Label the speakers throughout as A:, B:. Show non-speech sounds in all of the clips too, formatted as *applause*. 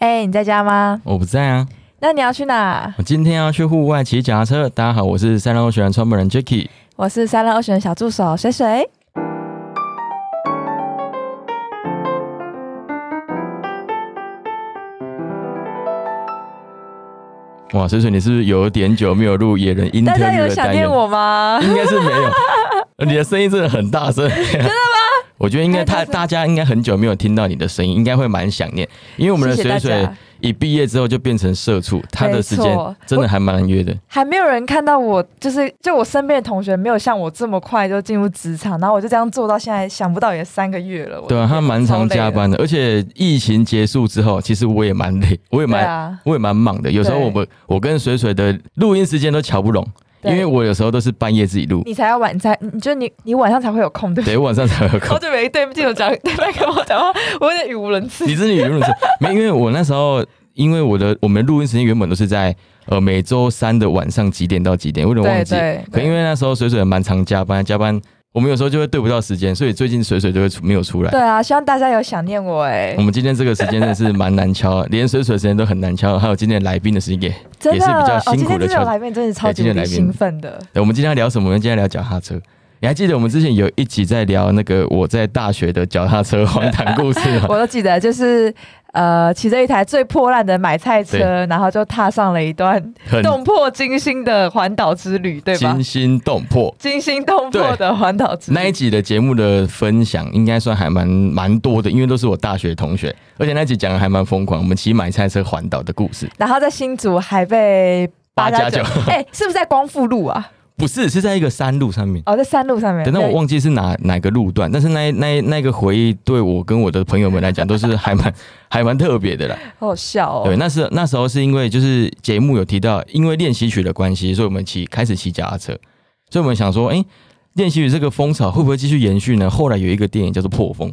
A: 哎、你在家吗？
B: 我不在啊，
A: 那你要去哪？
B: 我今天要去户外骑脚踏车。大家好，我是三浪学院创办人 Jacky。
A: 我是三浪二选小助手水水。
B: 哇，水水，你是不是有点久没有录野人 interview
A: 大家有
B: 的
A: 想
B: 单
A: 念
B: 元？
A: 我吗？
B: 应该是没有，你的声音真的很大声。真的吗？ *laughs* 我觉得应该
A: 太大
B: 他
A: 声
B: 大家应该很久没有听到你的声音，应该会蛮想念，因为我们的
A: 谢谢
B: 水
A: 大
B: 水
A: 家
B: 一毕业之后就变成社畜，他的时
A: 没
B: 间
A: 错
B: 真的还蛮难约的。
A: 还没有人看到我，就是就我身边的同学没有像我这么快就进入职场，然后我就这样做到现在，想不到也三个月了。我
B: 对啊，他蛮常加
A: 超累
B: 班的，而且疫情结束之后，其实我也蛮累，我
A: 的。对
B: 也蛮、
A: 啊，
B: 我也蛮忙的，有时候
A: 对
B: 我们我跟水水的录音时间都瞧不拢，
A: 对
B: 因为我有时候都是半夜自己录，
A: 你才要晚才，你就你你晚上才会有空，对不对？
B: 对，晚上才有
A: 好
B: 空。
A: 久没对镜头讲，对麦克风讲话，我有点语无伦次。
B: 你真的有论是 *laughs* 没？因为我那时候，因为我的我们录音时间原本都是在呃每周三的晚上几点到几点，我有点忘
A: 对
B: 记。
A: 对，
B: 可因为那时候水水蛮常加班，加班我们有时候就会对不到时间，所以最近水水就会出没有出来
A: 对。啊，希望大家有想念我哎、
B: 我们今天这个时间真的是蛮难敲，连水水时间都很难敲，还有今天来宾的时间也。
A: 真
B: 也
A: 的
B: 是比较辛苦的
A: 哦，今天真的
B: 敲
A: 有来宾，真的超级
B: 对
A: 无
B: 今天有
A: 敌
B: 来宾
A: 兴奋的。
B: 对我们今天要聊什么？我们今天要聊脚踏车。你还记得我们之前有一集在聊那个我在大学的脚踏车荒唐故事 *laughs* 吗？
A: *laughs* 我都记得，就是呃，骑着一台最破烂的买菜车，
B: 对
A: 然后就踏上了一段
B: 很
A: 动魄惊心的环岛之旅，对吧
B: 惊？心动魄。
A: 惊心动魄的环岛之
B: 那一
A: 旅，
B: 集的节目的分享应该算还蛮蛮多的，因为都是我大学同学，而且那集讲的还蛮疯狂，我们骑买菜车环岛的故事。
A: 然后在新竹还被
B: 八加
A: 九
B: 九，
A: *laughs* 哎，是不是在光复路啊？
B: 不是，是在一个山路上面。
A: 哦，在山路上面。
B: 等等，我
A: 对
B: 忘记是哪哪个路段，但是那那那个回忆对我跟我的朋友们来讲都是还蛮 *laughs* 还蛮特别的啦。
A: 好好笑哦。
B: 对，那是那时候是因为就是节目有提到，因为练习曲的关系，所以我们骑开始骑脚踏车，所以我们想说，哎、练习曲这个风潮会不会继续延续呢？后来有一个电影叫做《破风》，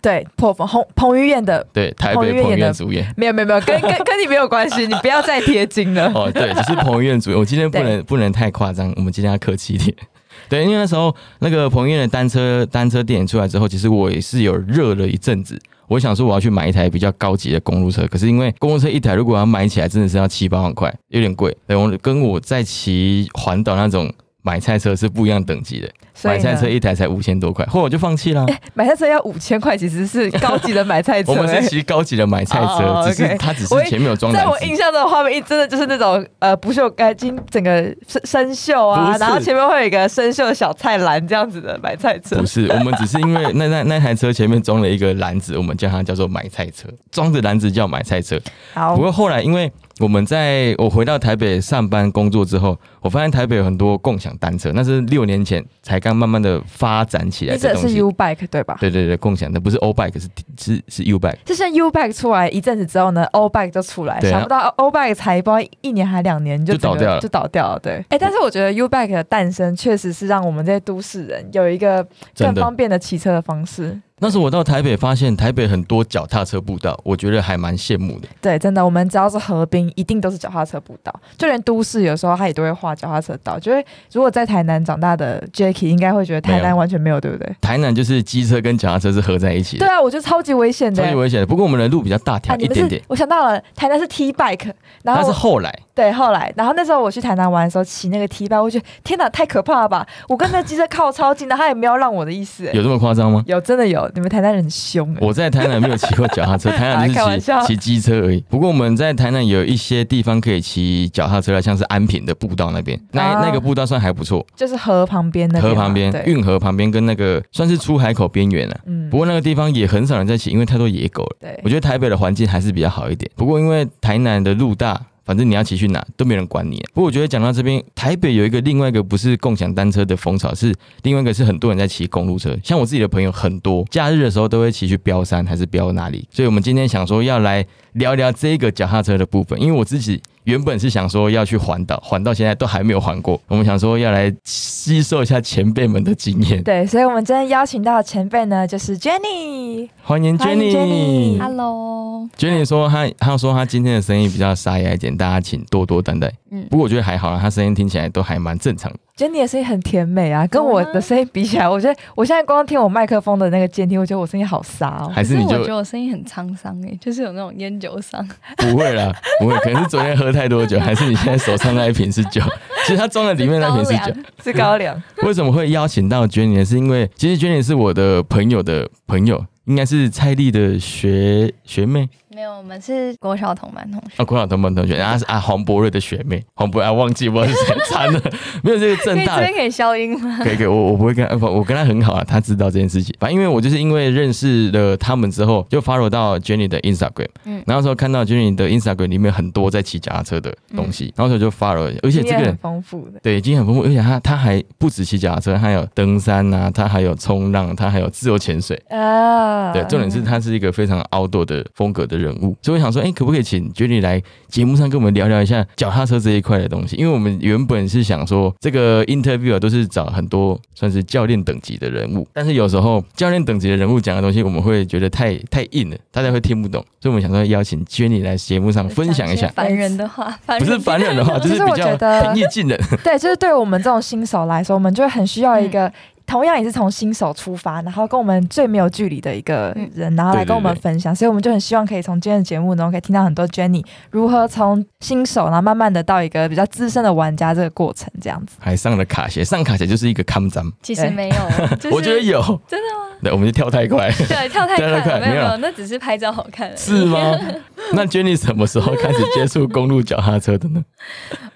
A: 对，破风彭彭于晏的。
B: 对，台
A: 彭于
B: 北
A: 晏
B: 彭
A: 哦
B: 于
A: 演的
B: 晏主演。
A: 没有没有没有，跟 *laughs* 跟跟你没有关系，你不要
B: *laughs*
A: 再贴金 *laughs* 了。
B: 哦，对，只是彭于晏主演。我今天不能不能太夸张，我们今天要客气一点。 *laughs* 对，因为那时候那个彭于晏的单车单车电影出来之后，其实我也是有热了一阵子。我想说我要去买一台比较高级的公路车，可是因为公路车一台如果要买起来真的是要七八万块，有点贵。对，我跟我在骑环岛那种买菜车是不一样等级的，
A: 所
B: 买
A: 以
B: 菜
A: 呢，
B: 车一台才五千多块，后来我就放弃
A: *laughs*
B: 啦。
A: 买菜车要五千块，其实是高级的买菜车、
B: *laughs* 我们
A: 哎
B: 是骑高级的买菜
A: 哦
B: 车，只是
A: OK
B: 它只是
A: 我也
B: 前面有装
A: 在
B: 篮
A: 我
B: 子。
A: 印象中的画面，一真的就是那种呃不锈钢筋整个生生锈
B: 不
A: 啊，
B: 是
A: 然后前面会有一个生锈的小菜篮这样子的买菜车
B: *laughs* 不。是，我们只是因为那那那台车前面装了一个篮子，我们叫它叫做买菜车，装着篮子叫买菜车。
A: 好
B: 不，过后来因为我们在我回到台北上班工作之后，我发现台北有很多共享单车，那是六年前才刚慢慢的发展起来
A: 你指
B: 的
A: 的
B: 东
A: 是
B: 西。
A: U Bike 对吧？
B: 对对对，共享的不是 O bike，是是是 U bike。
A: 就像 U Bike 出来一阵子之后呢，O Bike 就出来，
B: 对啊
A: 想不到 O Bike 才包一年还两年就
B: 就倒
A: 整个
B: 掉了
A: 就倒掉了。对，哎，但是我觉得 U Bike 的诞生确实是让我们这些都市人有一个
B: 真
A: 更
B: 的
A: 方便的骑车的方式。
B: 那时候我到台北，发现台北很多脚踏车步道，我觉得还蛮羡慕的。
A: 对，真的，我们只要是河滨，一定都是脚踏车步道，就连都市有时候它也都会画脚踏车道。就是如果在台南长大的 Jacky，应该会觉得台
B: 没
A: 南
B: 有
A: 完全没有，对不对？
B: 台南就是机车跟脚踏车是合在一起
A: 对
B: 的，
A: 啊，我觉得超级危险的
B: 超级
A: 欸。
B: 危险的。不过我们的路比较大条
A: 啊，
B: 一
A: 你们
B: 点点
A: 是，我想到了，台南是 T bike，然
B: 但
A: 后
B: 是
A: 我
B: 后来。
A: 对后来，然后那时候我去台南玩的时候骑那个 T bike，我觉得天哪，太可怕了吧！我跟那机车靠超近，然后他也没有让我的意思欸，
B: 有这么夸张吗？
A: 有真的有，你们台南人很凶欸
B: *laughs* 我在台南没有骑过脚踏车，台南
A: *laughs* 开
B: 就
A: 玩
B: 是骑
A: 笑
B: 骑机车而已。不过我们在台南有一些地方可以骑脚踏车啦，像是安平的步道那边，那、
A: 啊
B: 那个步道算还不错，
A: 就是河旁边那
B: 河
A: 嘛
B: 旁边、
A: 对，
B: 运河旁边跟那个算是出海口边缘了。
A: 嗯
B: 不过那个地方也很少人在骑，因为太多野狗了。
A: 对
B: 我，觉得台北的环境还是比较好一点。不过因为台南的路大，反正你要骑去哪都没人管你。啊不过我觉得讲到这边，台北有一个另外一个不是共享单车的风潮，是另外一个是很多人在骑公路车。像我自己的朋友很多，假日的时候都会骑去飙山还是飙哪里。所以我们今天想说要来聊聊这个脚踏车的部分，因为我自己。原本是想说要去环岛，环到现在都还没有环过。我们想说要来吸收一下前辈们的经验。
A: 对，所以我们今天邀请到的前辈呢，就是 Jenny。
B: 欢迎
A: 欢迎
B: Jenny。
A: Jenny
C: Hello，
B: Jenny 说她，她说她今天的声音比较沙哑一点，大家请多多担待。
C: 嗯
B: 不过我觉得还好啦，她声音听起来都还蛮正常的。
A: 觉得你的声音很甜美啊，跟我的声音比起来，我觉得我现在光听我麦克风的那个监听，我觉得我声音好沙哦。
B: 还是你
C: 可我
B: 就
C: 觉得我声音很沧桑哎、就是有那种烟酒
B: *laughs*
C: 嗓。
B: 不会啦，不会，可能是昨天喝太多酒，还是你现在手上那一瓶是酒？其实它装在里面那瓶是
C: 高 *laughs*
B: 酒。
C: 粱
A: 是高
B: *laughs*
A: 粱，
B: 为什么会邀请到 Jenny 呢？是因为其实 Jenny 是我的朋友的朋友，应该是蔡丽的学学妹
C: 没有，我们是国小同班同学。
B: 啊，国小同班同学，然后她是啊黄博瑞的学妹，黄博瑞啊忘记我是谁，惨了，没有这个
C: 可
B: 正
C: 以这
B: 大的
C: 边可以消音吗？
B: *laughs* 可以可以，我我不会跟他，不我跟他很好啊，他知道这件事情。反正因为我就是因为认识了他们之后，就 follow 到 Jenny 的 Instagram，
C: 嗯
B: 然后那时候看到 Jenny 的 Instagram 里面很多在骑脚踏车的东西，然后那时候就 follow，了而且
A: 经
B: 这
A: 验
B: 个
A: 很
B: 人。
A: 丰富的。
B: 对，已经很丰富，而且他他还不止骑脚踏车，他还有登山啊，他还有冲浪，他还有自由潜水。
A: 啊，
B: 对，重点是他是一个非常 outdoor 的风格的人物，所以我想说，哎、可不可以请 Jenny 来节目上跟我们聊聊一下脚踏车这一块的东西？因为我们原本是想说，这个 interview 啊都是找很多算是教练等级的人物，但是有时候教练等级的人物讲的东西，我们会觉得太太硬了，大家会听不懂，所以我们想说邀请 Jenny 来节目上分享一
C: 讲
B: 下
C: 些。烦人的话，烦
B: 不
C: 人
B: 是烦人的话，就
A: 其
B: 是
A: 实
B: 比
A: 我
B: 较
A: 觉得
B: 平易近人。
A: 对，就是对我们这种新手来说，我们就会很需要一个。同样也是从新手出发，然后跟我们最没有距离的一个人，然后来跟我们分享，所以我们就很希望可以从今天的节目中可以听到很多 Jenny 如何从新手，然后慢慢的到一个比较资深的玩家这个过程，这样子。
B: 还上了卡鞋，上卡鞋就是一个康章，
C: 其实没有，
B: *laughs*
C: 就是
B: 哎我觉得有，
C: 真
B: 的吗？对，我们就跳太快。
C: 对跳太
B: 跳太快
C: 快了，没
B: 没有
C: 有没
B: 啦
C: 有，那只是拍照好看而已。
B: 是吗？ *laughs* 那 Jenny 什么时候开始接触公路脚踏车的呢？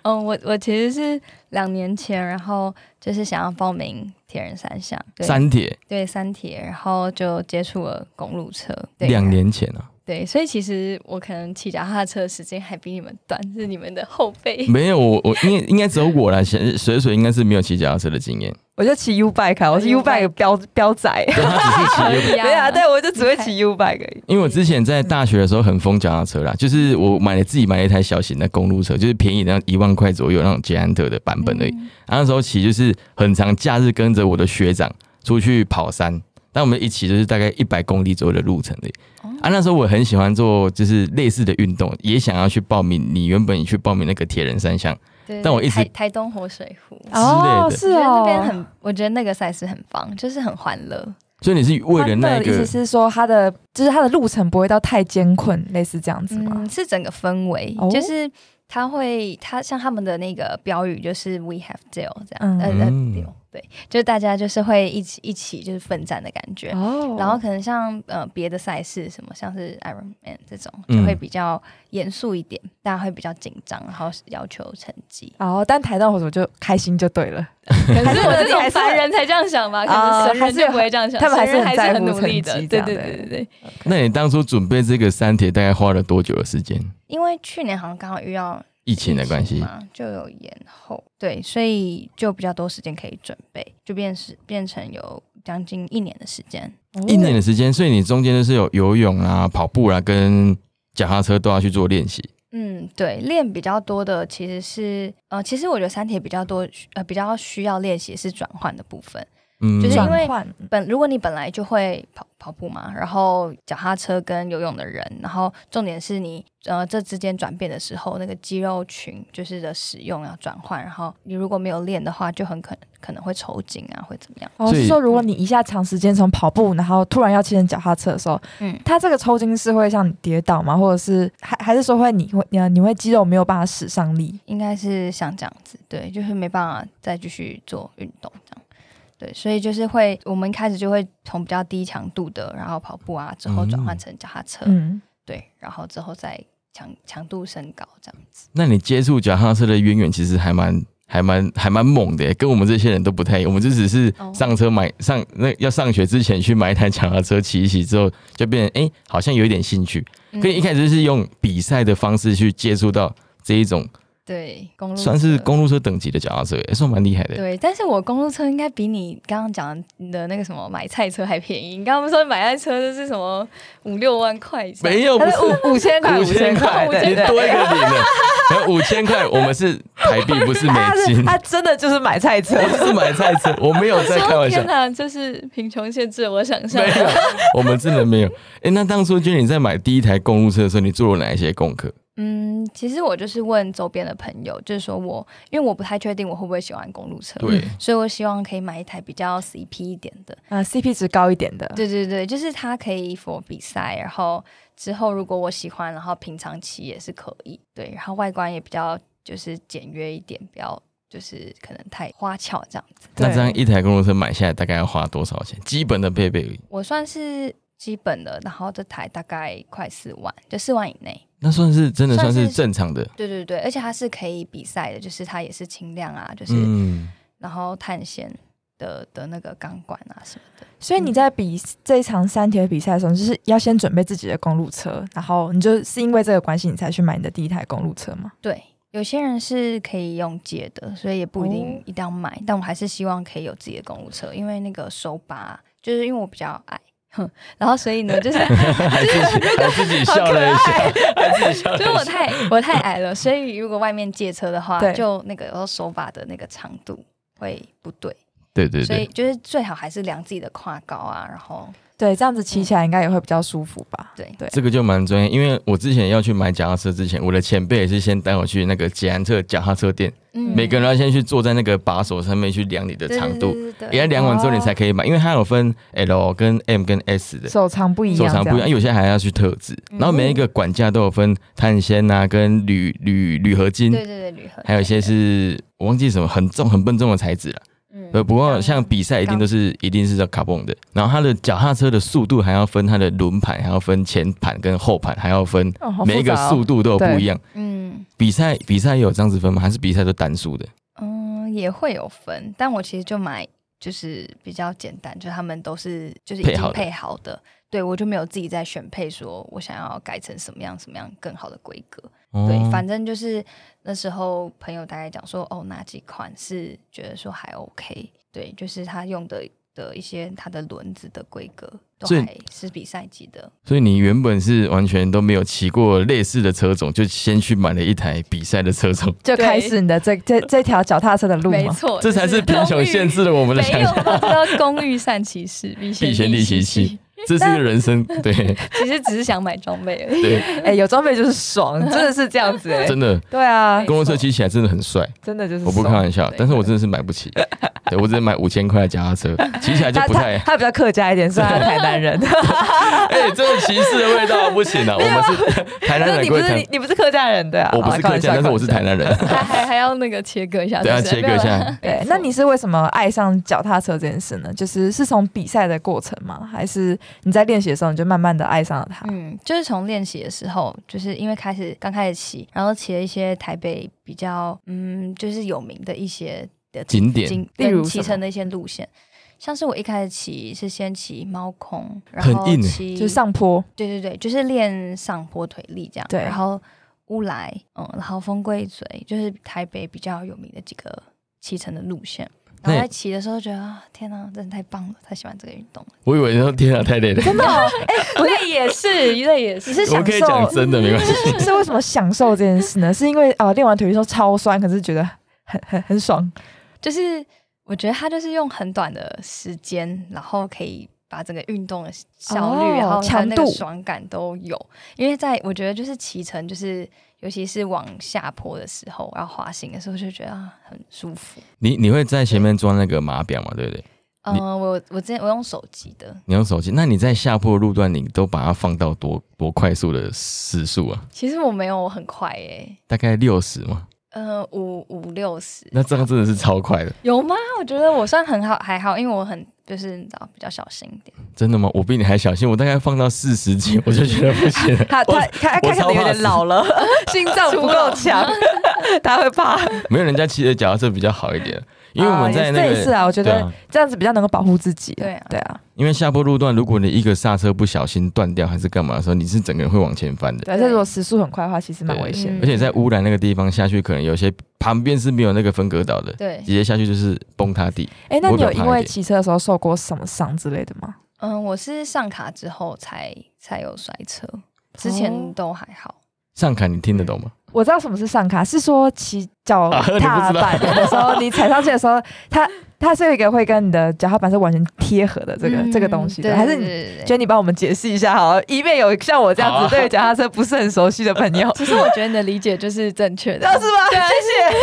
C: 嗯，我我其实是两年前，然后就是想要报名铁人三项，对
B: 三铁，
C: 对三铁，然后就接触了公路车，对
B: 两年前啊，
C: 对，所以其实我可能骑脚踏车的时间还比你们短，是你们的后辈。
B: 没有我，我应该应该只有我啦，水水水应该是没有骑脚踏车的经验，
A: 我就骑 U bike，啊我是 U
C: U
A: bike
C: bike
A: 标标仔，
B: *laughs* 对
A: *laughs*
B: 他只是骑。
C: 对
A: 对啊，对，我就只会骑 U bike 而已。
B: 因为我之前在大学的时候很疯脚踏车
A: 嗯
B: 啦，就是我买了自己买了一台小型的公路车，就是便宜的那一万块左右那种捷安特的版本而已。
A: 嗯
B: 然后那时候骑就是很常假日跟着我的学长出去跑山，但我们一起就是大概一百公里左右的路程的。
A: 哦
B: 啊，那时候我很喜欢做就是类似的运动，也想要去报名你原本去报名那个铁人三项。
C: 对，
B: 但我一直
C: 台台东活水湖，
B: 之类的
A: 是
C: 我觉得
A: 哦，
C: 那边很，我觉得那个赛事很棒，就是很欢乐。
B: 所以你是为了那
A: 欢乐的意思
B: 个
A: 是说，它的就是它的路程不会到太艰困，类似这样子吗？
C: 嗯，是整个氛围，
A: 哦
C: 就是他会，他像他们的那个标语就是 “We have deal” 这样，
A: 嗯
C: 呃呃
B: 嗯
C: deal，对，就是大家就是会一起一起就是奋战的感觉。
A: 哦
C: 然后可能像呃别的赛事什么，像是 Iron Man 这种，
B: 嗯
C: 就会比较严肃一点，大家会比较紧张，然后要求成绩。
A: 哦，但台到火我就开心就对了，
C: 可
A: 还 *laughs* 是
C: *laughs* 是
A: 我
C: 我这
A: 自己
C: 种
A: 还是
C: 凡人才这样想吧，可
A: 啊
C: 能神
A: 还
C: 人
A: 是
C: 就不会这样想，
A: 他们还是
C: 神人
A: 很
C: 还
A: 在
C: 很
A: 乎
C: 努力
A: 成
C: 的，
A: 绩
C: 对
A: 这
C: 对
A: 样
C: 对
A: 的
C: 对对。
B: 那你当初准备这个三铁大概花了多久的时间？
C: 因为去年好像刚好遇到
B: 疫情的关系，
C: 嘛，就有延后，对，所以就比较多时间可以准备，就变是变成有将近一年的时间。
B: 一
A: 哦
B: 年的时间，所以你中间就是有游泳啊、跑步啊、跟脚踏车都要去做练习。
C: 嗯，对，练比较多的其实是，呃，其实我觉得三铁比较多，呃，比较需要练习是转换的部分。
B: 嗯，
C: 就是因为
A: 转换
C: 本如果你本来就会跑跑步嘛，然后脚踏车跟游泳的人，然后重点是你呃这之间转变的时候，那个肌肉群就是的使用要转换，然后你如果没有练的话，就很可可能会抽筋啊，会怎么样？
A: 哦，
B: 所以
A: 是说如果你一下长时间从跑步，然后突然要骑成脚踏车的时候，
C: 嗯，
A: 它这个抽筋是会让你跌倒吗？或者是还还是说会你会你你会肌肉没有办法使上力？
C: 应该是像这样子，对，就是没办法再继续做运动这样。对，所以就是会，我们一开始就会从比较低强度的，然后跑步啊，之后转换成脚踏车，
A: 嗯，
C: 对，然后之后再强强度升高这样子。
B: 那你接触脚踏车的渊源其实还蛮。还蛮还蛮猛的耶，跟我们这些人都不太一样。我们就只是
C: 哦
B: 上车买上那要上学之前去买一台脚踏车骑一骑，之后就变成哎、诶好像有一点兴趣。
C: 嗯
B: 可以一开始就是用比赛的方式去接触到这一种
C: 对公路
B: 算是
C: 车
B: 公路车等级的脚踏车耶，也算蛮厉害的耶。
C: 对，但是我公路车应该比你刚刚讲的那个什么买菜车还便宜。你刚刚说买菜车就是什么五六万块以上，呃
B: 没有，不
A: 它
B: 是
A: 是五五千块，
B: 五千块，
A: 对
B: 你
A: 对
B: 多一个啊零了。然 *laughs* 后五千块，我们是台币，不是美
A: 它啊是
B: 金，
A: 它真的就是买菜 *laughs* 车，
B: 我是买菜 *laughs* 车，我没有在开玩笑
C: 天，哪，就是贫穷限制了我想象
B: 没。有，我们真的没有。哎，那当初就你在买第一台公路车的时候，你做了哪一些功课？
C: 嗯，嗯，其实我就是问周边的朋友，就是说我因为我不太确定我会不会喜欢公路车，
B: 对，
C: 所以我希望可以买一台比较 CP 一点的。
A: 啊、c p 值高一点的，
C: 对对对，就是它可以 for 比赛，然后之后如果我喜欢，然后平常骑也是可以。对，然后外观也比较就是简约一点，不要就是可能太花俏这样子。
B: 那
A: 对
B: 这样一台公路车买下来大概要花多少钱？基本的配备而已，
C: 我算是基本的，然后这台大概快四万，就四万以内。
B: 那算是真的
C: 算
B: 算
C: 是
B: 是正常的。
C: 对对对，而且它是可以比赛的，就是它也是轻量啊，就是、
B: 嗯，
C: 然后探险的的那个钢管啊什么的。
A: 所以你在比这一场三铁比赛的时候，你就是要先准备自己的公路车，然后你就是因为这个关系，你才去买你的第一台公路车吗？
C: 对，有些人是可以用借的，所以也不一定
A: 哦
C: 一定要买，但我还是希望可以有自己的公务车，因为那个手把就是因为我比较矮，哼，然后所以呢，就是 *laughs*
B: 还自己还自己
C: 好
B: 笑
C: 可
B: 了一下，
C: 爱，
B: 还自己笑了一下。
C: 就是我太我太矮了，所以如果外面借车的话，
A: 对
C: 就那个有时候手把的那个长度会不对，
B: 对对
C: 所以
B: 对，
C: 就是最好还是量自己的胯高啊，然后
A: 对，这样子骑起来应该也会比较舒服吧？
C: 对
A: 对，
B: 这个就蛮专业，因为我之前要去买脚踏车之前，我的前辈也是先带我去那个捷安特脚踏车店，
C: 嗯
B: 每个人要先去坐在那个把手上面去量你的长度，，
C: 对对对
B: 也要
C: 对
B: 量完之后你才可以买，因为它有分 L 跟 M 跟 S 的。
A: 手长不一
B: 手
A: 样，
B: 长不一样，有些还要去特制，
C: 嗯
B: 然后每一个管架都有分碳纤啊，跟铝铝铝合金，
C: 对对对，铝合
B: 还有一些是我忘记什么很重很笨重的材质了。
C: 嗯
B: 呃，不过像比赛一定都是一定是要卡蹦的，然后它的脚踏车的速度还要分它的轮盘，还要分前盘跟后盘，还要分
A: 哦，好复杂哦
B: 每一个速度都有不一样。
C: 嗯。
B: 比赛比赛也有这样子分吗？还是比赛都单数的？
C: 嗯，也会有分，但我其实就买就是比较简单，就他们都是就是已
B: 配
C: 经
B: 好的
C: 配好的，对我就没有自己在选配，说我想要改成什么样什么样更好的规格。
B: 哦
C: 对，反正就是那时候朋友大概讲说，哦，哪几款是觉得说还 OK，对，就是他用的的一些它的轮子的规格都
B: 所以
C: 还是比赛级的，
B: 所以你原本是完全都没有骑过类似的车种，就先去买了一台比赛的车种，
A: 就开始你的这这这条脚踏车的路
C: 没
A: 吗？
C: 错，
B: 这才
C: 就是
B: 贫穷限制了我们的
C: 公寓。
B: 想
C: 没
A: *laughs*
C: 有，
B: 象。
C: 我知道公寓善其事，必
B: 必先
C: 先
B: 利
C: 其
B: 其器。这是
A: *laughs*
B: 人生，对
C: 其实只是想买装备而已。
B: 对，
A: 哎、有装备就是爽，真的是这样子、哎，
B: *laughs* 真的，
A: 对啊，
B: 公路车骑起来真的很帅。
A: 真的就是
B: 我不
A: 爽
B: 开玩笑
C: 对，
B: 但是我真的是买不起，对我只能买五千块的脚
A: *laughs*
B: 踏车，骑起来就
A: 他
B: 不
A: 他
B: 太，
A: 他比较客家一点，虽然他台南人，
B: 哎，这种歧视的味道不行
A: *laughs*
B: 啊！我们是 *laughs* 台南
A: 那 *laughs*
B: 人
A: 你
B: 归
A: 不是
B: 台
A: 你，你不是客家人对啊？
B: 我不是
A: 好
B: 客家，但是我
A: 开玩笑开玩
B: 是。台
A: 笑
B: 南 *laughs* 人，
C: 还还还要那个切割一
B: *laughs*
C: 下，
B: 对啊
C: 是不是
B: 切割一下
C: *laughs* 没有啦
A: 对
C: 没，错
A: 那你是为什么爱上脚踏车这件事呢？就是是从比赛的过程吗？还是你在练习的时候你就慢慢的爱上了它？
C: 嗯，就是从练习的时候，就是因为开始刚开始骑，然后骑了一些台北比较嗯，就是有名的一些的
B: 景点
C: 景
A: 例如
C: 跟
A: 什么
C: 骑乘的一些路线。像是我一开始骑是先骑猫空，然
B: 很
C: 后
B: 硬欸
C: 骑
A: 就是上坡，
C: 对对对，就是练上坡腿力这样，
A: 对
C: 然后乌来，嗯，然后风龟嘴，就是台北比较有名的几个骑乘的路线。然后
B: 那
C: 在骑的时候觉得啊，天哪，真的太棒了，太喜欢这个运动了。
B: 我以为说天啊太累了，
A: 真的哦、
C: 累也是，累也 *laughs* 是，
A: 你是
B: 我
A: 享
B: 可以讲
A: 受，
B: 真的没关系， *laughs*
A: 是为什么享受这件事呢？是因为啊、呃练完腿的时候超酸，可是觉得很很很爽，
C: 就是我觉得他就是用很短的时间，然后可以把整个运动的效率，
A: 哦
C: 然后还有那
A: 强
C: 个
A: 度
C: 爽感都有。因为在我觉得就是骑乘，就是尤其是往下坡的时候，然后滑行的时候，就觉得啊很舒服。
B: 你你会在前面装那个码表嘛，对不对？
C: 嗯、
B: 你
C: 我我之前我用手机的，
B: 你用手机，那你在下坡的路段，你都把它放到多多快速的时速啊？
C: 其实我没有很快诶、
B: 大概六十嘛？
C: 呃，五五六十
B: 那这样真的是超快的，
C: 有吗？我觉得我算很好，还好，因为我很就是你知道比较小心一点。
B: 真的吗？我比你还小心，我大概放到四十 *laughs* 几，我就觉得不行了。
A: 他
B: 我
A: 他他他
B: 我
A: 可
B: 超
A: 能有
B: 怕
A: 点
B: 死
A: 老了， *laughs* *laughs* 心脏不够强，他会怕。
B: 没有人家骑的脚踏车比较好一点，因为我们在
A: 啊
B: 那
A: 也是也是
B: 个，
A: 啊，我觉
B: 对
A: 得
B: 啊，
A: 这样子比较能够保护自己。
C: 对啊
A: 对啊，
B: 因为下坡路段，如果你一个刹车不小心断掉还是干嘛的时候，你是整个人会往前翻的。
A: 对啊，
C: 对
A: 这如果时速很快的话，其实蛮危险
C: 嗯
A: 的。
B: 而且在污染那个地方下去，可能有些旁边是没有那个分隔岛的，
C: *laughs* 对
B: 直，接下去就是崩塌地。
A: 哎、那
B: 我
A: 你
B: 比较
A: 有因
B: 怕一
A: 为
B: 点
A: 骑车的时候受过什么伤之类的吗？
C: 嗯，我是上卡之后才才有摔车，之前
A: 哦
C: 都还好。
B: 上卡你听得懂吗？
A: 我知道什么是上卡，是说骑脚
B: 啊你不知道
A: 踏板的时候，你踩上去的时候，它它是有一个会跟你的脚踏板是完全贴合的这
C: 嗯
A: 个、这个东西的，还是你
C: 你
A: 觉得你帮我们解释一下好了，以免有像我这样
B: 好
A: 子
B: 啊
A: 对脚踏车不是很熟悉的朋
B: *laughs*
A: 友
C: *laughs* ，其实我觉得你的理解就是正确
A: 知道
C: 的
A: 是，吧？
C: 对啊
A: 谢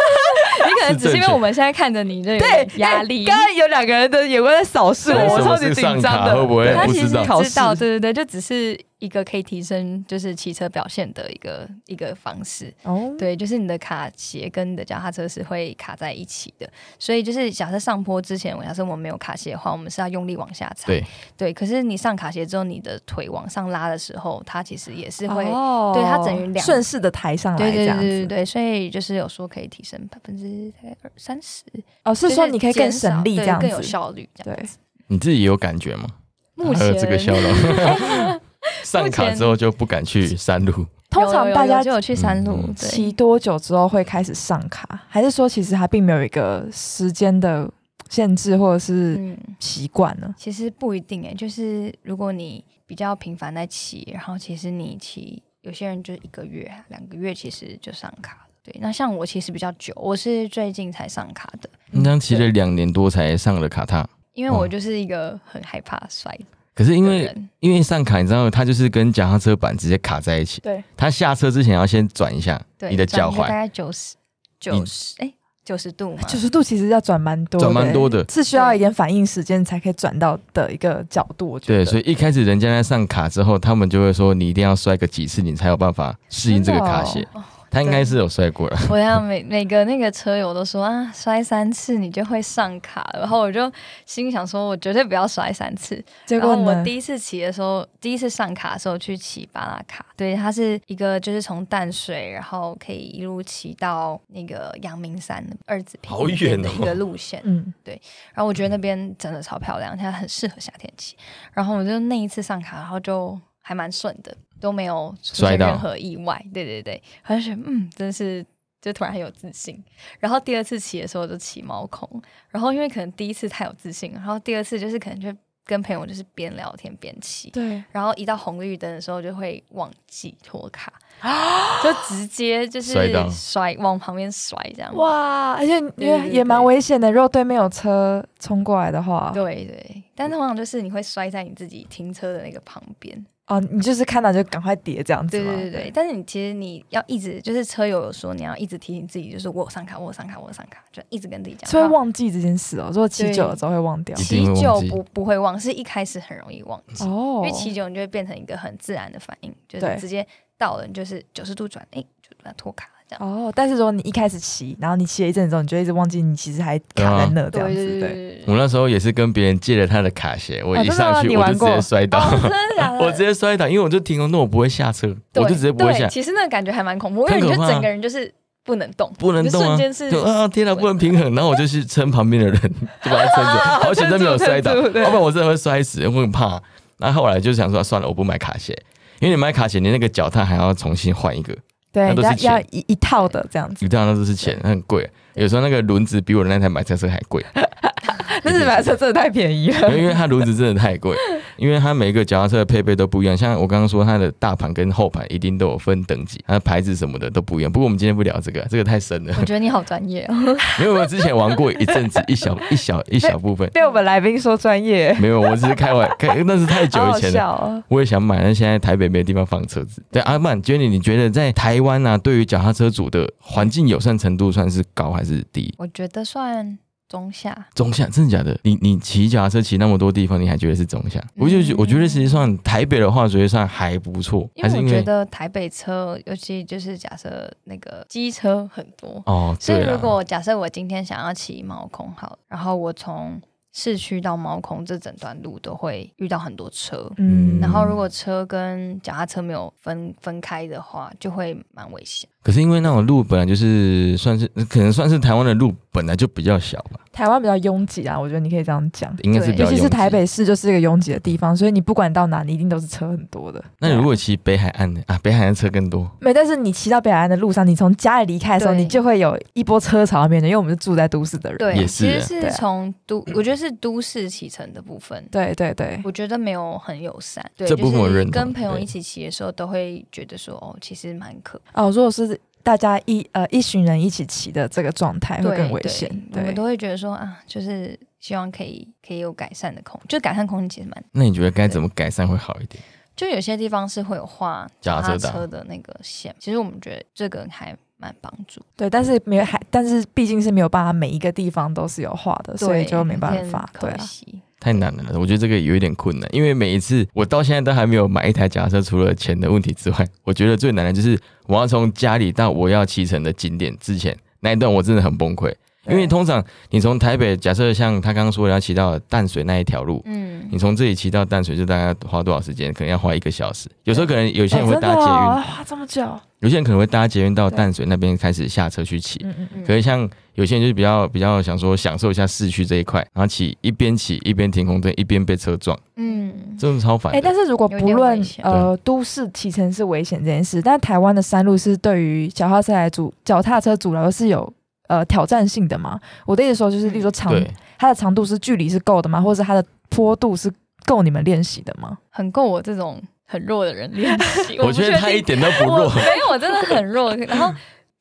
C: 你可能只是因为我们现在看着你
A: 谢。
C: 这有
A: 对，
C: 压
A: 哎
C: 力。
A: 刚刚有两个人的眼光在扫视
B: 对
A: 我，我
B: 什么
A: 超
B: 是
A: 级紧
B: 上
A: 张
B: 卡
A: 的。
B: 会不会
A: 对
C: 他
A: 他
B: 不
C: 其
A: 其
C: 实
A: 实
B: 知道
A: 考
C: 知道，
A: 试
C: 对对对，就只是一个可以提升就是骑车表现的一个一个方式。
A: 哦，
C: 对，就是你的卡鞋跟你的脚踏车是会卡在一起的，所以就是假设上坡之前，我假设我们没有卡鞋的话，我们是要用力往下踩。
B: 对
C: 对，可是你上卡鞋之后，你的腿往上拉的时候，它其实也是会。
A: 哦
C: 对它等于两
A: 顺势的抬上来
C: 对
A: 这
C: 对对
A: 样子。
C: 对对对，所以就是有说可以提升百分之大概二三十，
A: 哦，是说
C: 就
A: 你可以更
C: 减少
A: 省力
C: 对
A: 这样
C: 更有
A: 子。
C: 效率这样
A: 对
C: 子。
B: 你自己有感觉吗？
C: 目
B: 还有
C: 前
B: 啊这个笑容，
C: *laughs*
B: 上卡之后就不敢去山路，
A: 通
C: 有
A: 常
C: 有
A: 大
C: 有
A: 家
C: 就有去山路
B: 嗯，
C: 对
A: 骑多久之后会开始上卡，还是说其实它并没有一个时间的限制或者是
C: 嗯，
A: 习惯呢？
C: 其实不一定诶、欸就是如果你比较频繁在骑，然后其实你骑，有些人就一个月、两个月，其实就上卡了。对，那像我其实比较久，我是最近才上卡的，
B: 你这样骑了两年多才上了卡踏。
C: 因为
B: 哇
C: 我就是一个很害怕摔的
B: 可嗯是因为
C: 人。
B: 因为上卡，你知道它就是跟脚踏车板直接卡在一起。
A: 对，
B: 它下车之前要先转一下
C: 对，
B: 你的
C: 转
B: 脚
C: 一个大
B: 踝，
C: 概九十九十哎九
B: *laughs*
C: 十度嘛，
A: 九十度其实要转蛮多，欸
B: 转蛮多，的。
A: 是需要一点反应时间才可以转到的一个角度。我觉
B: 对，
A: 得，
B: 所以一开始人家在上卡之后，他们就会说你一定要摔个几次，你才有办法适应这个卡鞋。
C: 哦
B: 他应该是有摔过了，
C: 我要每每个那个车友都说啊，摔三次你就会上卡，然后我就心想说，我绝对不要摔三次。
A: 结
C: 然后
A: 果
C: 我
A: 呢？
C: 第一次骑的时候，第一次上卡的时候去骑巴拉卡，对，它是一个就是从淡水，然后可以一路骑到那个阳明山二子坪
B: 好
C: 那边
B: 远
C: 的
B: 哦
C: 一个路线。
A: 嗯，
C: 然后我觉得那边真的超漂亮，它很适合夏天骑。然后我就那一次上卡，然后就还蛮顺的，都没有出
B: 摔
C: 现
B: 到
C: 任何意外。对对对，而且嗯，真是就突然很有自信。然后第二次骑的时候我就骑毛孔，然后因为可能第一次太有自信，然后第二次就是可能就跟朋友就是边聊天边骑。
A: 对，
C: 然后一到红绿灯的时候，就会忘记脱卡，
B: *gasps*
C: 就直接就是
B: 摔到
C: 摔往旁边摔这样。
A: 哇，而且
C: 对
A: 也
C: 对
A: 也蛮
C: 对
A: 危险的，如果对面有车冲过来的话，
C: 对对，但通常就是你会摔在你自己停车的那个旁边。
A: 哦，你就是看到就赶快叠这样子
C: 对
A: 嘛。
C: 对对对，但嗯是你其实你要一直就是车友有说你要一直提醒自己，就是我有上卡，我有上卡，我有上卡，就一直跟自己讲。
A: 所以
C: 然
A: 会
C: 后
A: 忘记这件事哦，如果骑久了之后会忘掉
B: 一。定会
C: 骑久
B: 忘记
C: 不不会忘，是一开始很容易忘记，
A: 哦
C: 因为骑久你就会变成一个很自然的反应，就是
A: 对
C: 直接到了你就是九十度转，哎、就把它脱卡了这样。
A: 哦，但是如果你一开始骑，然后你骑了一阵子之后，你就一直忘记你其实还卡
B: 啊
A: 在那这样
C: 对
A: 子，
C: 对
A: 对。
C: 对
B: 我那时候也是跟别人借了他的卡鞋，我
A: 哦
B: 一
A: 真的吗
B: 上去
A: 你
B: 我
A: 玩
B: 就直
A: 过
B: 接摔倒，
C: *laughs* 哦，真的假的？
B: *laughs* 我直接摔倒，因为我就停红灯，我不会下车，我
C: 对
B: 就直接不会
C: 对
B: 下，
C: 其实那个感觉还蛮恐怖，因为
B: 很
C: 你就
B: 可怕
C: 整个人就是不能动，
B: 不能动啊，
C: 你就瞬间是
B: 就啊天哪，
C: 对
B: 不能平衡，然后我就去撑旁边的人， *laughs* 就把他撑
C: 啊
B: 着，好险真没有摔倒，
A: 撑住撑住对
B: 要不然我真的会摔死，我很怕。那后来就想说算了，我不买卡鞋，因为你买卡鞋，你那个脚踏还要重新换一个，
A: *laughs* 对，
B: 那都
A: 要
B: 是钱
A: 要一一套的这样子，
B: 一趟那都是钱，那很贵。啊有时候那个轮子比我那台买车车还贵， *laughs*
A: 但是买车真的太便宜了。
B: 因为它轮子真的太贵，因为它每个脚踏车的配备都不一样。像我刚刚说，它的大盘跟后盘一定都有分等级，它的牌子什么的都不一样。不过我们今天不聊这个，啊这个太深了 *laughs*
C: 我。觉得你好专业哦，
B: 没有，我之前玩过一阵子，一小一小一小部分。
A: *laughs* 被我们来宾说专业，
B: *laughs* 没有，我只是开
C: *laughs*
B: 玩开，那是太久
A: 好
B: 以
A: 好
B: 前了。
A: 笑哦。
B: 我也想买，但现在台北没有地方放车子。对，阿曼 Jenny，你觉得在台湾啊，对于脚踏车主的环境友善程度算是高还是低？
C: 我觉得算中下，
B: 中下，真的假的？你你骑脚踏车骑那么多地方，你还觉得是中下？我就觉我觉得实际上台北的话，觉得算还不错，
C: 嗯因
B: 还是
C: 为我
B: 因
C: 觉
B: 为
C: 得台北车，尤其就是假设那个机车很多，
B: 哦，
C: 所以
B: 对
C: 如
B: 了，
C: 果假设我今天想要骑毛孔好了，然后我从市区到毛孔这整段路都会遇到很多车。
A: 嗯，
C: 然后，如果车跟脚踏车没有分分开的话，就会蛮危险。
B: 可是因为那种路本来就是算是可能算是台湾的路本来就比较小吧，
A: 台湾比较拥挤啊，我觉得你可以这样讲。
B: 应该是
C: 对
B: 比较
A: 尤
B: 拥
A: 其
B: 挤
A: 是台。北市就是一个拥挤的地方，所以你不管到哪，你一定都是车很多的。
B: 那你如果骑北海岸的啊，北海岸车更多，
A: 没，但是你骑到北海岸的路上，你从家里离开的时候，
C: 对
A: 你就会有一波车潮面对，因为我们是住在都市的人。
C: 对，
B: 也
C: 其
B: 是
C: 实
B: 嗯
C: 是
A: 对啊
C: 从都，我觉得是都市启程的部分，
A: 对对对，
C: 我觉得没有很友善。对，
B: 这部分我
C: 就是
B: 认同
C: 跟朋友
B: 对
C: 一起骑的时候，都会觉得说，哦，其实蛮可
A: 哦，如果是大家一呃一群人一起骑的这个状态会更危险。
C: 我
A: 对
C: 们都会觉得说啊，就是希望可以可以有改善的空，就改善空间其实蛮，
B: 那你觉得该怎么改善会好一点？
C: 就有些地方是会有画
B: 脚
C: 脚
B: 踏
C: 踏
B: 车道
C: 车的那个线，其实我们觉得这个还蛮帮助，
A: 对，但是没有还，但是毕竟是没有办法每一个地方都是有画的，所以
C: 对
A: 就没
C: 有
A: 办
C: 点
A: 法。对
C: 可
A: 啊，
C: 惜。
B: 太难了，我觉得这个有一点困难，因为每一次我到现在都还没有买一台脚踏车，除了钱的问题之外，我觉得最难的就是我要从家里到我要骑乘的景点之前那一段，我真的很崩溃。因为
A: 对
B: 通常你从台北，假设像他刚刚说的要骑到淡水那一条路，
C: 嗯
B: 你，从这里骑到淡水就大概要花多少时间？可能要花一个小时。有时候可能有
A: 有
B: 些人会搭捷运，
A: 花哦这么
C: 嗯
A: 久，
B: 有些人可能会搭捷运到淡水那边开始下车去骑。
A: 嗯嗯嗯，
C: 嗯
B: 可是像有些人就是比较比较想说享受一下市区这一块，然后骑一边骑一边停红灯，一边被车撞，
C: 嗯，
B: 这种超烦
A: 哎、
B: 的。
A: 但是如果
C: 有
A: 不
C: 点
A: 论
C: 危险
A: 呃都市骑乘是危险这件事，但台湾的山路是对于脚踏车来主脚踏车主流是有呃挑战性的嘛？我的意思说就是，例如
C: 嗯
A: 说长，
B: 对，
A: 它的长度是距离是够的吗？或者是它的坡度是够你们练习的吗？
C: 很够我这种很弱的人练习。
B: 我
C: 不
B: 觉
C: 确
B: 得他一
C: 定，
B: 点都不
C: 我
B: 弱。
C: 没有，我真的很弱。然后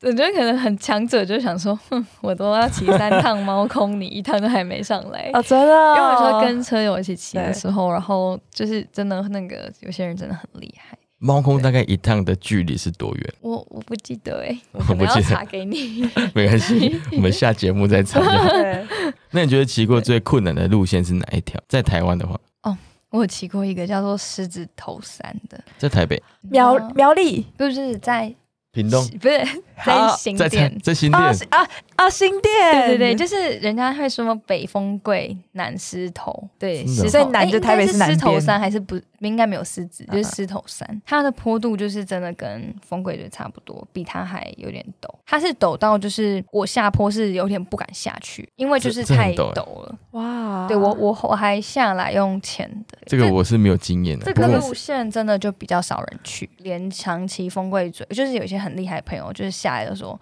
C: 我觉得可能很强者就想说，哼，我都要骑三趟猫空，你一趟都还没上来。
A: 啊，真的哦，
C: 哎因为我说跟车友一起骑的时候，然后就是真的那个有些人真的很厉害，
B: *laughs* 猫空大概一趟的距离是多远？
C: 我我不记得哎、我
B: 不
C: 可能要
B: 记得
C: 查给你。
B: 没关系，我们下节目再查。
A: *laughs* 对
B: 那你觉得骑过最困难的路线是哪一条？在台湾的话，
C: *laughs* 我有骑过一个叫做狮子头山的，
B: 在台北、
A: 苗
C: 然后
A: 苗栗
C: 不是在
B: 屏东，
C: 不是在新
B: 在
C: 店。
B: 在新
A: 啊
B: 店，
A: 是啊啊新店，
C: 对对对，就是人家会说北风贵，南狮头，对，
B: 真的哦
C: 狮头
A: 所以南就
C: 诶应该
A: 台北是
C: 是啊
A: 南
C: 狮头
A: 边
C: 山还是不应该没有狮子，就是
A: 嗯嗯
C: 狮头山，它的坡度就是真的跟风贵就差不多，比它还有点陡，它是陡到就是我下坡是有点不敢下去，因为就
B: 这
C: 是
B: 这很
C: 太
B: 陡欸
C: 陡了。
A: 哇，
C: 对我我我还下来用潜的，
B: 这个我是没有经验的。
C: 这
B: 不
C: 个
B: 过
C: 路线真的就比较少人去，连长期风贵嘴，就是有一些很厉害的朋友，就是下来的时候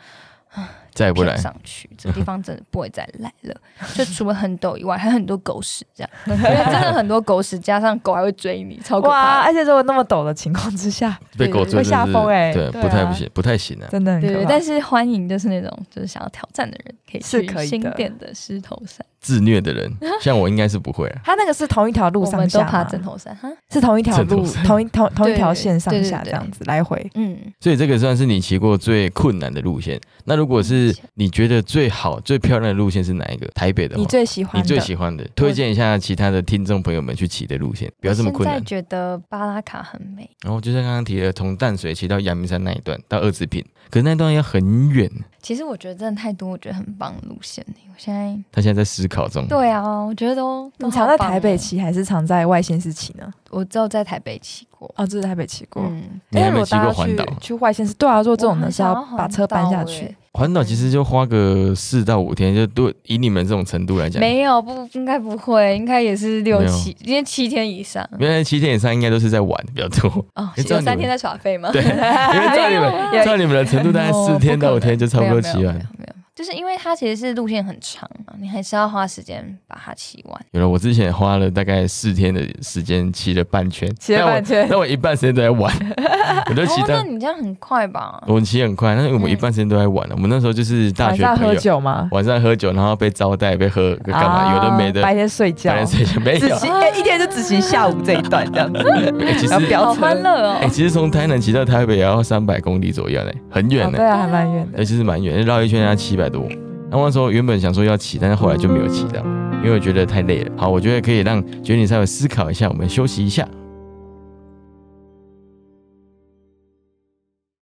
B: 再也不
C: 骗
B: 来，
C: 上去，这个地方真的不会再来了。 *laughs* 就除了很陡以外，还有很多狗屎，这样， *laughs* 因为真的很多狗屎，加上狗还会追你，超可
A: 哇，哎
C: 怕的。
A: 而且如果那么陡的情况之下，
B: 被狗追
A: 会
B: 真
A: 下
B: 是
A: 风欸
B: 对，
A: 对
B: 不太
A: 啊
B: 不行，不太行啊。
A: 真的很可
C: 对对，
A: 怕
C: 但是欢迎就是那种就是想要挑战的人，可以
A: 是
C: 去
A: 可以的
C: 新店的狮头山，
B: 自虐的人，像我应该是不会啊。
A: 它那个是同一条路
C: 我们
A: 上下
C: 都爬
A: 吗，
C: 枕头山哈。
A: 是同一条
B: 正头
A: 路，
B: 山
A: 同一同同一条
C: 对
A: 线上
C: 对对
A: 下这
C: 对
A: 样子来回。
C: 嗯，
B: 所以这个算是你骑过最困难的路线。那如果是你觉得最好、最漂亮的路线是哪一个？台北的话
A: 你，最喜欢
B: 你
A: 的？
B: 最喜欢的，推荐一下其他的听众朋友们去骑的路线，不要这么困啊
C: 现在
B: 难。
C: 觉得巴拉卡很美，
B: 然后就像刚刚提的，从淡水骑到阳明山那一段到二子坪，可是那段要很远。
C: 其实我觉得真的太多，我觉得很棒的路线了。我现在
B: 他现在在思考中。
C: 对啊，我觉得都
A: 你常在台北，
C: 都好
A: 骑还是常在外县市骑呢？
C: 棒哦我只有在台北骑过。
A: 哦，只是台北骑过。
C: 嗯，
B: 你
A: 哎
B: 还
A: 如
B: 没
A: 果
B: 骑
A: 大
B: 过
A: 家
B: 环岛？
A: 去去外县市，对啊，做这种
C: 很
A: 的是
C: 想
A: 要
C: 要环
A: 把车搬下
C: 岛
A: 去
C: 欸。
B: 环岛其实就花个四到五天，就对以你们这种程度来讲，
C: 没有，不应该不会，应该也是六
B: 没有
C: 七，因为七天以上
B: 原来七天以上应该都是在玩比较多。
C: 哦，
B: 诶这样
C: 有
B: 你
C: 三
B: 们
C: 天在耍废吗？ *laughs*
B: 对，因为照你
C: 没有
B: 们
C: 啊
B: 照你们的程度，大概四天到五天就差不多骑
C: 没有没有
B: 完
C: 没。有没有，就是因为它其实是路线很长嘛，你还是要花时间把它骑完。
B: 有了，我之前花了大概四天的时间骑了半圈，
A: 骑了半圈
B: 但我但我一半时间都在玩，我就
C: 哦
B: 骑，
C: 那
B: 到
C: 你这样很快吧？
B: 我们骑很快，但是我们一半时间都在玩了。我们那时候就是 *laughs* 大
A: 晚
B: 学
A: 上
B: 朋
A: 喝
B: 友，
A: 酒吗？
B: 晚上喝酒，然后被招待，被喝干嘛，
A: 啊
B: 有的没的，
A: 白天睡觉
B: 白。天睡觉没
A: 只
B: 有。
A: 骑哎一天就只骑下午这一段这样子，
B: 哎其实
A: 然后飙
C: 好
A: 车。
C: 欢乐
B: 哎，
C: 哦！
B: 其实从台南骑到台北也要三百公里左右嘞，很远
A: 哦
B: 呢哎
A: 对。啊，还蛮远的
B: 而。其实蛮远，绕一圈要七百多。然后那时候原本想说要骑，但是后来就没有骑到，因为我觉得太累了。好，我觉得可以让觉得你稍微思考一下，我们休息一下，